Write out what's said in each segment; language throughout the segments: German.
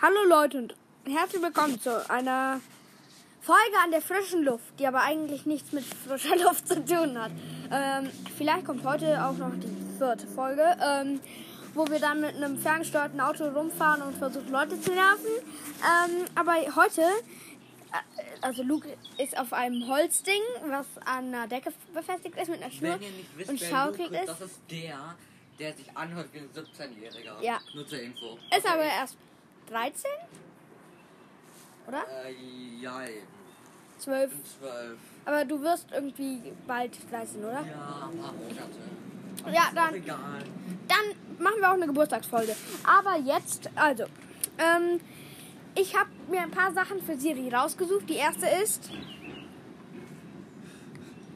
Hallo Leute und herzlich willkommen zu einer Folge an der frischen Luft, die aber eigentlich nichts mit frischer Luft zu tun hat. Ähm, vielleicht kommt heute auch noch die vierte Folge, ähm, wo wir dann mit einem ferngesteuerten Auto rumfahren und versuchen Leute zu nerven. Ähm, aber heute, äh, also Luke ist auf einem Holzding, was an einer Decke befestigt ist mit einer Schnur Wenn ihr nicht wisst, und wer schaukelt Luke ist, ist. das ist der, der sich anhört wie ein 17-Jähriger. Ja. Nur zur Info. Ist aber erst 13? Oder? Äh, ja, eben. 12. Um 12. Aber du wirst irgendwie bald 13, oder? Ja, ein paar Monate. Aber Ja, ist dann- Auch egal. Dann machen wir auch eine Geburtstagsfolge. Aber jetzt, also, ähm, ich habe mir ein paar Sachen für Siri rausgesucht. Die erste ist.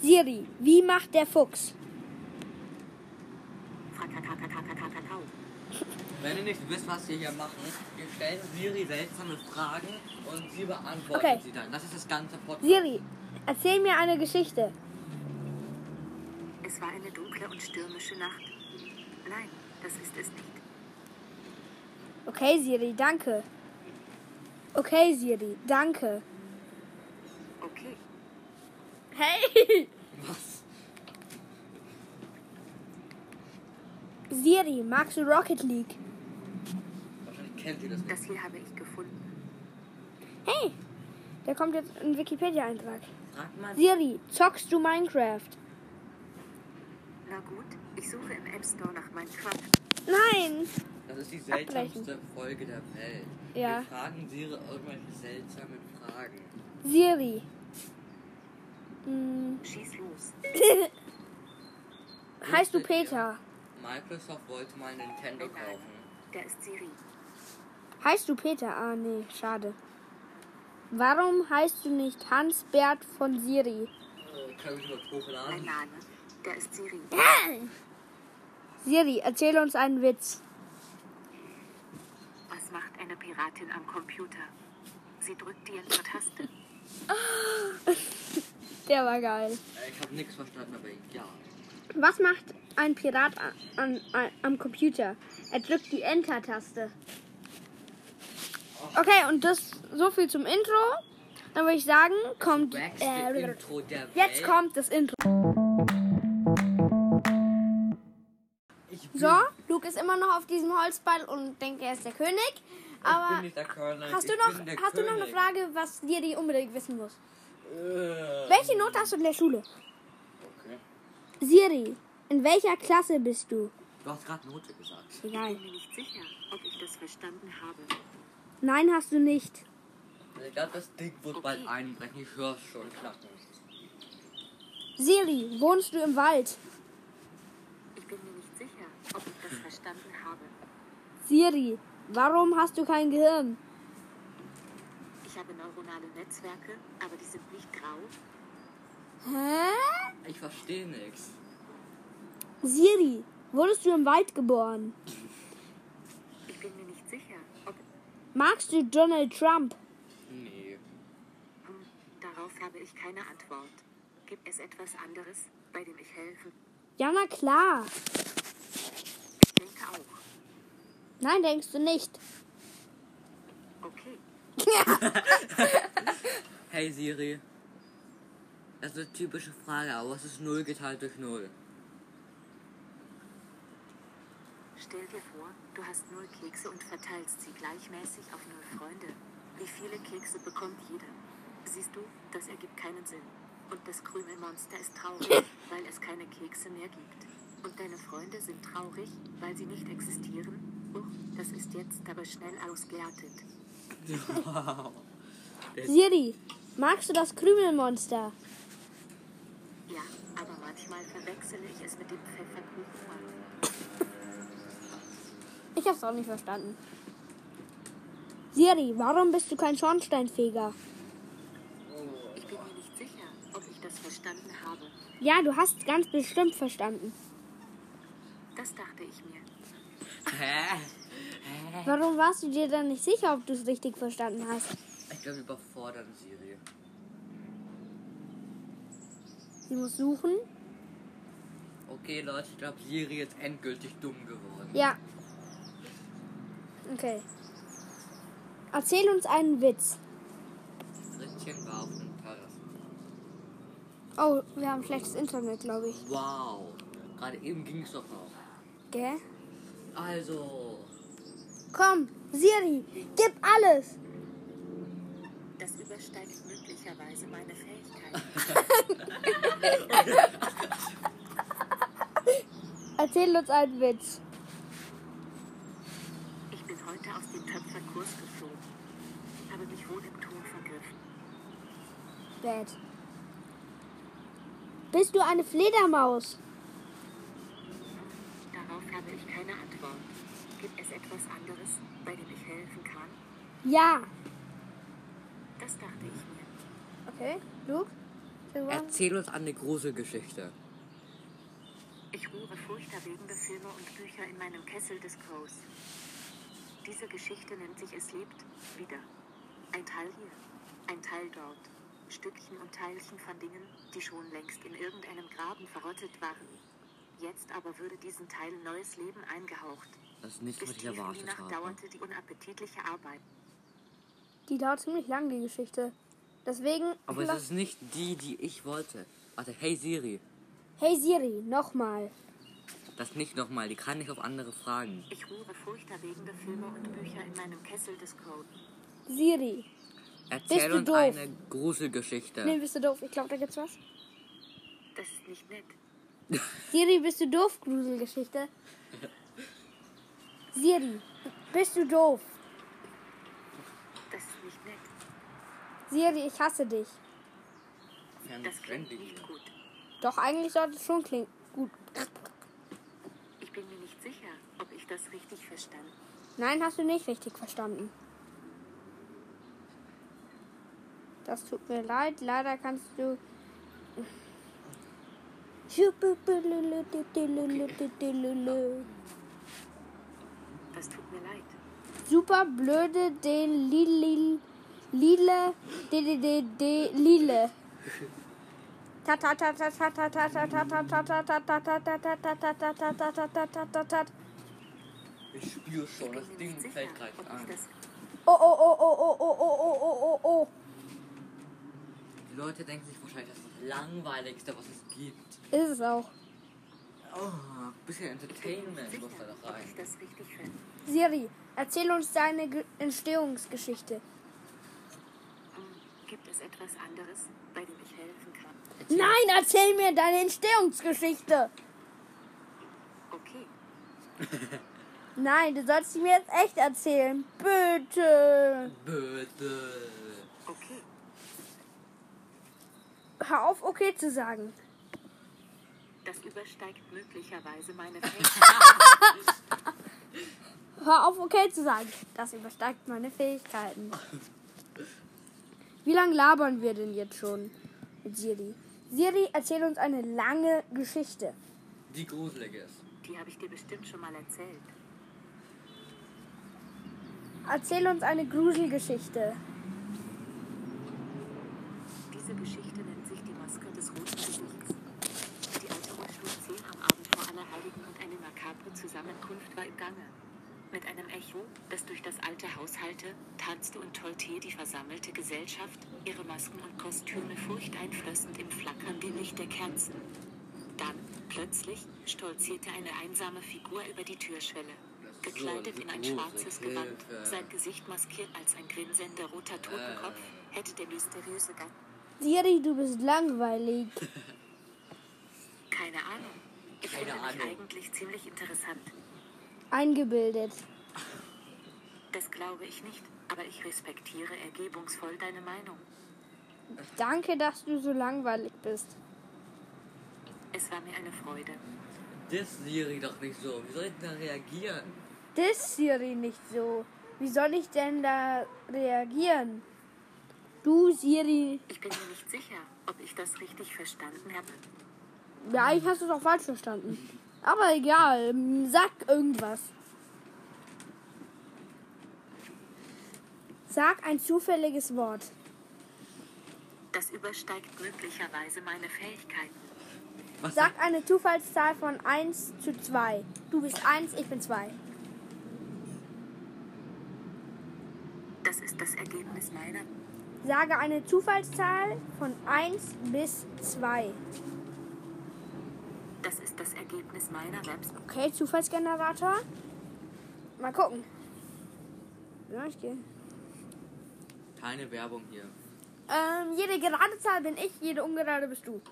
Siri, wie macht der Fuchs? Wenn ihr nicht wisst, was wir hier machen, wir stellen Siri seltsame Fragen und sie beantwortet Okay. sie dann. Das ist das ganze Podcast. Siri, erzähl mir eine Geschichte. Es war eine dunkle und stürmische Nacht. Nein, das ist es nicht. Okay, Siri, danke. Okay, Siri, danke. Okay, Hey! Was? Siri, magst du Rocket League? Wahrscheinlich kennt ihr das nicht. das hier habe ich gefunden. Hey, da kommt jetzt ein Wikipedia-Eintrag. Fragt man. Siri, zockst du Minecraft? Na gut, ich suche im App Store nach Minecraft. Nein. Das ist die seltsamste Folge der Welt. Ja. Wir fragen Siri irgendwelche seltsamen Fragen. Siri. Hm, Schieß los. heißt du Peter? Microsoft wollte mal Nintendo kaufen. Da ist Siri. Heißt du Peter? Ah, nee, schade. Warum heißt du nicht Hans-Bert von Siri? Äh, Kann ich mal Mein hochladen? Name. Da ist Siri. Siri, erzähl uns einen Witz. Was macht eine Piratin am Computer? Sie drückt die Enter-Taste. Der war geil. Äh, Ich habe nichts verstanden, aber egal. Was macht ein Pirat a- an, a- am Computer? Er drückt die Enter-Taste. Okay, und das so viel zum Intro. Dann würde ich sagen, kommt. Wackste Äh, Intro der Welt. jetzt kommt das Intro. Ich bin, So, Luke ist immer noch auf diesem Holzball und denkt, er ist der König. ich Aber bin nicht der Colonel, hast, du ich noch, bin der hast du noch eine König. Frage, was dir die unbedingt wissen muss? Äh, Welche Note hast du in der Schule? okay. Siri, in welcher Klasse bist du? Du hast gerade Note gesagt. Egal. Bin mir nicht sicher, ob ich das verstanden habe. Nein, hast du nicht. Ich glaube, Äh, das Ding wird bald einbrechen. Ich höre schon knacken. Siri, wohnst du im Wald? Ich bin mir nicht sicher, ob ich das verstanden habe. Siri, warum hast du kein Gehirn? Ich habe neuronale Netzwerke, aber die sind nicht grau. Hä? Ich verstehe nichts. Siri, wurdest du im Wald geboren? Ich bin mir nicht sicher, ob Magst du Donald Trump? Nee. Hm, Darauf habe ich keine Antwort. Gibt es etwas anderes, bei dem ich helfe? Ja, na klar. Ich denke auch. Nein, denkst du nicht. Okay, Hey Siri. Das ist eine typische Frage, aber was ist 0 geteilt durch 0? stell dir vor, du hast null Kekse und verteilst sie gleichmäßig auf null Freunde. Wie viele Kekse bekommt jeder? Siehst du, das ergibt keinen Sinn. Und das Krümelmonster ist traurig, weil es keine Kekse mehr gibt. Und deine Freunde sind traurig, weil sie nicht existieren. Uch, das ist jetzt aber schnell ausgeartet. Siri, magst du das Krümelmonster? Ja, aber manchmal verwechsele ich es mit dem Pfefferkuchenmann. Ich hab's auch nicht verstanden. Siri, warum bist du kein Schornsteinfeger? Ich bin mir nicht sicher, ob ich das verstanden habe. Ja, du hast ganz bestimmt verstanden. Das dachte ich mir. Hä? Warum warst du dir dann nicht sicher, ob du es richtig verstanden hast? Ich glaube, wir überfordern Siri. Sie muss suchen. Okay, Leute, ich glaube, Siri ist endgültig dumm geworden. Ja. Okay. Erzähl uns einen Witz. Fritzchen war auf dem Terrasse. Oh, wir haben schlechtes Internet, glaube ich. Wow. Gerade eben ging es doch noch. Gell? Also. Komm, Siri, gib alles. Das übersteigt möglicherweise meine Fähigkeiten. Erzähl uns einen Witz. Ich bin heute aus dem Töpferkurs geflogen. Habe mich wohl im Ton vergriffen. Bad. Bist du eine Fledermaus? Darauf habe ich keine Antwort. Gibt es etwas anderes, bei dem ich helfen kann? Ja. Das dachte ich mir. Okay, Luke? Erzähl uns eine große Geschichte. Ich rühre furchterregende Filme und Bücher in meinem Kessel des Crows. Diese Geschichte nennt sich Es lebt wieder. Ein Teil hier, ein Teil dort. Stückchen und Teilchen von Dingen, die schon längst in irgendeinem Graben verrottet waren. Jetzt aber würde diesen Teilen neues Leben eingehaucht. Das ist nicht, was Bis ich tief in die erwartet Nacht habe. dauerte die unappetitliche Arbeit. Die dauert ziemlich lang, die Geschichte. Deswegen. Aber es ist nicht die, die ich wollte. Warte, hey Siri. hey Siri, nochmal. Das nicht nochmal, die kann nicht auf andere fragen. Ich rühre furchterregende Filme und Bücher in meinem Kessel des Crows. Siri. Erzähl Bist du uns doof? eine große Geschichte. Nee, bist du doof? Ich glaube, da gibt's was. Das ist nicht nett. Siri, bist du doof? Gruselgeschichte. Siri, bist du doof? Das ist nicht nett. Siri, ich hasse dich. Das klingt nicht gut. Doch, eigentlich sollte es schon klingen. Gut. Ich bin mir nicht sicher, ob ich das richtig verstanden. Nein, hast du nicht richtig verstanden. Das tut mir leid. Leider kannst du. Das tut mir leid. Super blöde den Lili Lile DDD Lile. Tat tat tat tat tat tat tat tat tat tat tat tat tat tat tat tat tat tat tat tat tat tat tat tat Ich spüre schon, das Bin mir Ding nicht sicher, fällt gleich ob ich an. das. Oh oh oh oh oh oh oh oh oh oh. Die Leute denken sich wahrscheinlich, das ist das Langweiligste, was es gibt. Ist es auch. Oh, bisschen Bin mir Entertainment nicht muss da sicher, noch ob ich rein. das richtig finde. Siri, erzähl uns deine Ge Entstehungsgeschichte. Hm, Gibt es etwas anderes, bei dem ich helfen kann? Nein, erzähl mir deine Entstehungsgeschichte. Okay, Nein, du sollst sie mir jetzt echt erzählen. Bitte. Bitte. okay. Hör auf, okay zu sagen. Das übersteigt möglicherweise meine Fähigkeit. Hör auf, okay zu sagen. Das übersteigt meine Fähigkeiten. Wie lange labern wir denn jetzt schon mit Siri? Siri, erzähl uns eine lange Geschichte. Die gruselige ist. Die habe ich dir bestimmt schon mal erzählt. Erzähl uns eine Gruselgeschichte. Diese Geschichte nennt sich die Maske des roten Gesichts. Die alte Uhr schlug zehn am Abend vor Allerheiligen und eine makabre Zusammenkunft war im Gange. Mit einem Echo, das durch das alte Haus hallte, tanzte und tollte die versammelte Gesellschaft, ihre Masken und Kostüme furchteinflößend im flackernden Licht der Kerzen. Dann, plötzlich, stolzierte eine einsame Figur über die Türschwelle. Das ist so Gekleidet in ein gruselig. schwarzes Gewand, Hilfe. sein Gesicht maskiert als ein grinsender roter Totenkopf, hätte der mysteriöse Gatt Siri, du bist langweilig. Keine Ahnung. Ich Keine finde mich Ahnung. eigentlich ziemlich interessant. Eingebildet. Das glaube ich nicht, aber ich respektiere ergebungsvoll deine Meinung. Danke, dass du so langweilig bist. Es war mir eine Freude. Das Siri doch nicht so. Wie soll ich denn da reagieren? Das Siri nicht so. Wie soll ich denn da reagieren? Du Siri. Ich bin mir nicht sicher, ob ich das richtig verstanden habe. Ja, eigentlich hast du es auch falsch verstanden. Aber egal, sag irgendwas. Sag ein zufälliges Wort. Das übersteigt möglicherweise meine Fähigkeiten. Was Sag eine Zufallszahl von 1 zu 2. Du bist 1, ich bin 2. Das ist das Ergebnis meiner. Sage eine Zufallszahl von 1 bis 2. Das ist das Ergebnis meiner Maps. Okay, Zufallsgenerator. Mal gucken. Ja, ich gehe. Keine Werbung hier. Ähm, jede gerade Zahl bin ich, jede ungerade bist du. Warum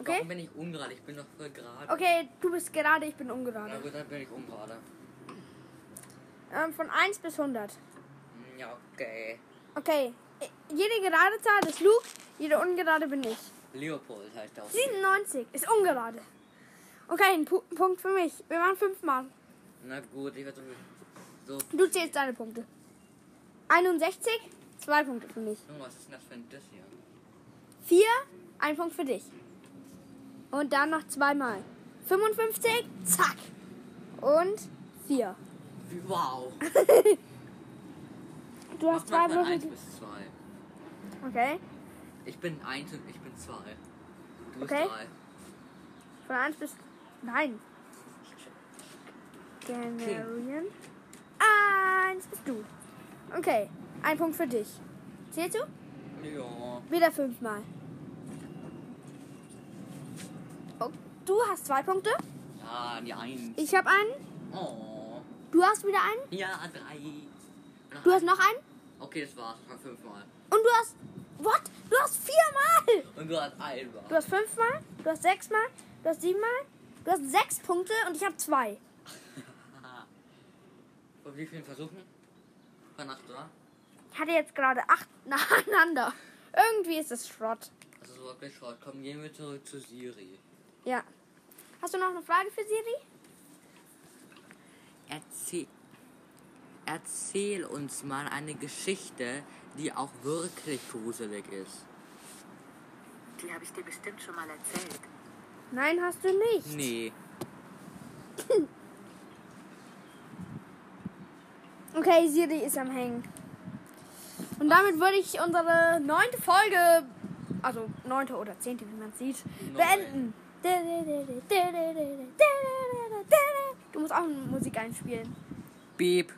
Okay? bin ich ungerade? Ich bin doch voll gerade. Okay, du bist gerade, ich bin Na ungerade. gut, dann bin ich ungerade. Ähm, von 1 bis 100. Hm, Ja, okay. Okay, äh, jede gerade Zahl ist Luke, jede ungerade bin ich. Leopold heißt der auch. Hm. 97 ist ungerade. Okay, ein Pu Punkt für mich. Wir waren fünfmal. Na gut, ich werde so. Du zählst deine Punkte. 61, zwei Punkte für mich. Junge, was ist denn das für ein Diss hier? 4, ein Punkt für dich. Und dann noch zweimal. 55, zack. Und 4. Wow. Du hast Mach mal zwei von 1 Würfel. bis 2. Okay, Ich bin 1 und ich bin 2. Du Okay. bist 3. von 1 bis... Nein. Generieren. 1 bist du. Okay, ein Punkt für dich. Zählst du? Ja. Wieder fünfmal. Oh, du hast zwei Punkte. Ah, die 1. Ich habe einen. Oh. Du hast wieder einen. Ja, 3. Du hast noch einen. Okay, das war's. Das war 5 Mal. Und du hast. What? Du hast viermal! Und du hast Du einmal. hast fünfmal, du hast sechsmal, du hast siebenmal, du hast sechs Punkte und ich habe zwei. Von wie vielen Versuchen? Von 8, oder? Ich hatte jetzt gerade acht nacheinander. Irgendwie ist es Schrott. Das ist wirklich Schrott. Komm, gehen wir zurück zu Siri. Ja. Hast du noch eine Frage für Siri? Erzähl, erzähl uns mal eine Geschichte, die auch wirklich gruselig ist. Die habe ich dir bestimmt schon mal erzählt. Nein, hast du nicht. Nee. Okay, Siri ist am Hängen. Und damit würde ich unsere neunte Folge, also neunte oder zehnte, wie man sieht, Neun. beenden. Du musst auch Musik einspielen. Beep.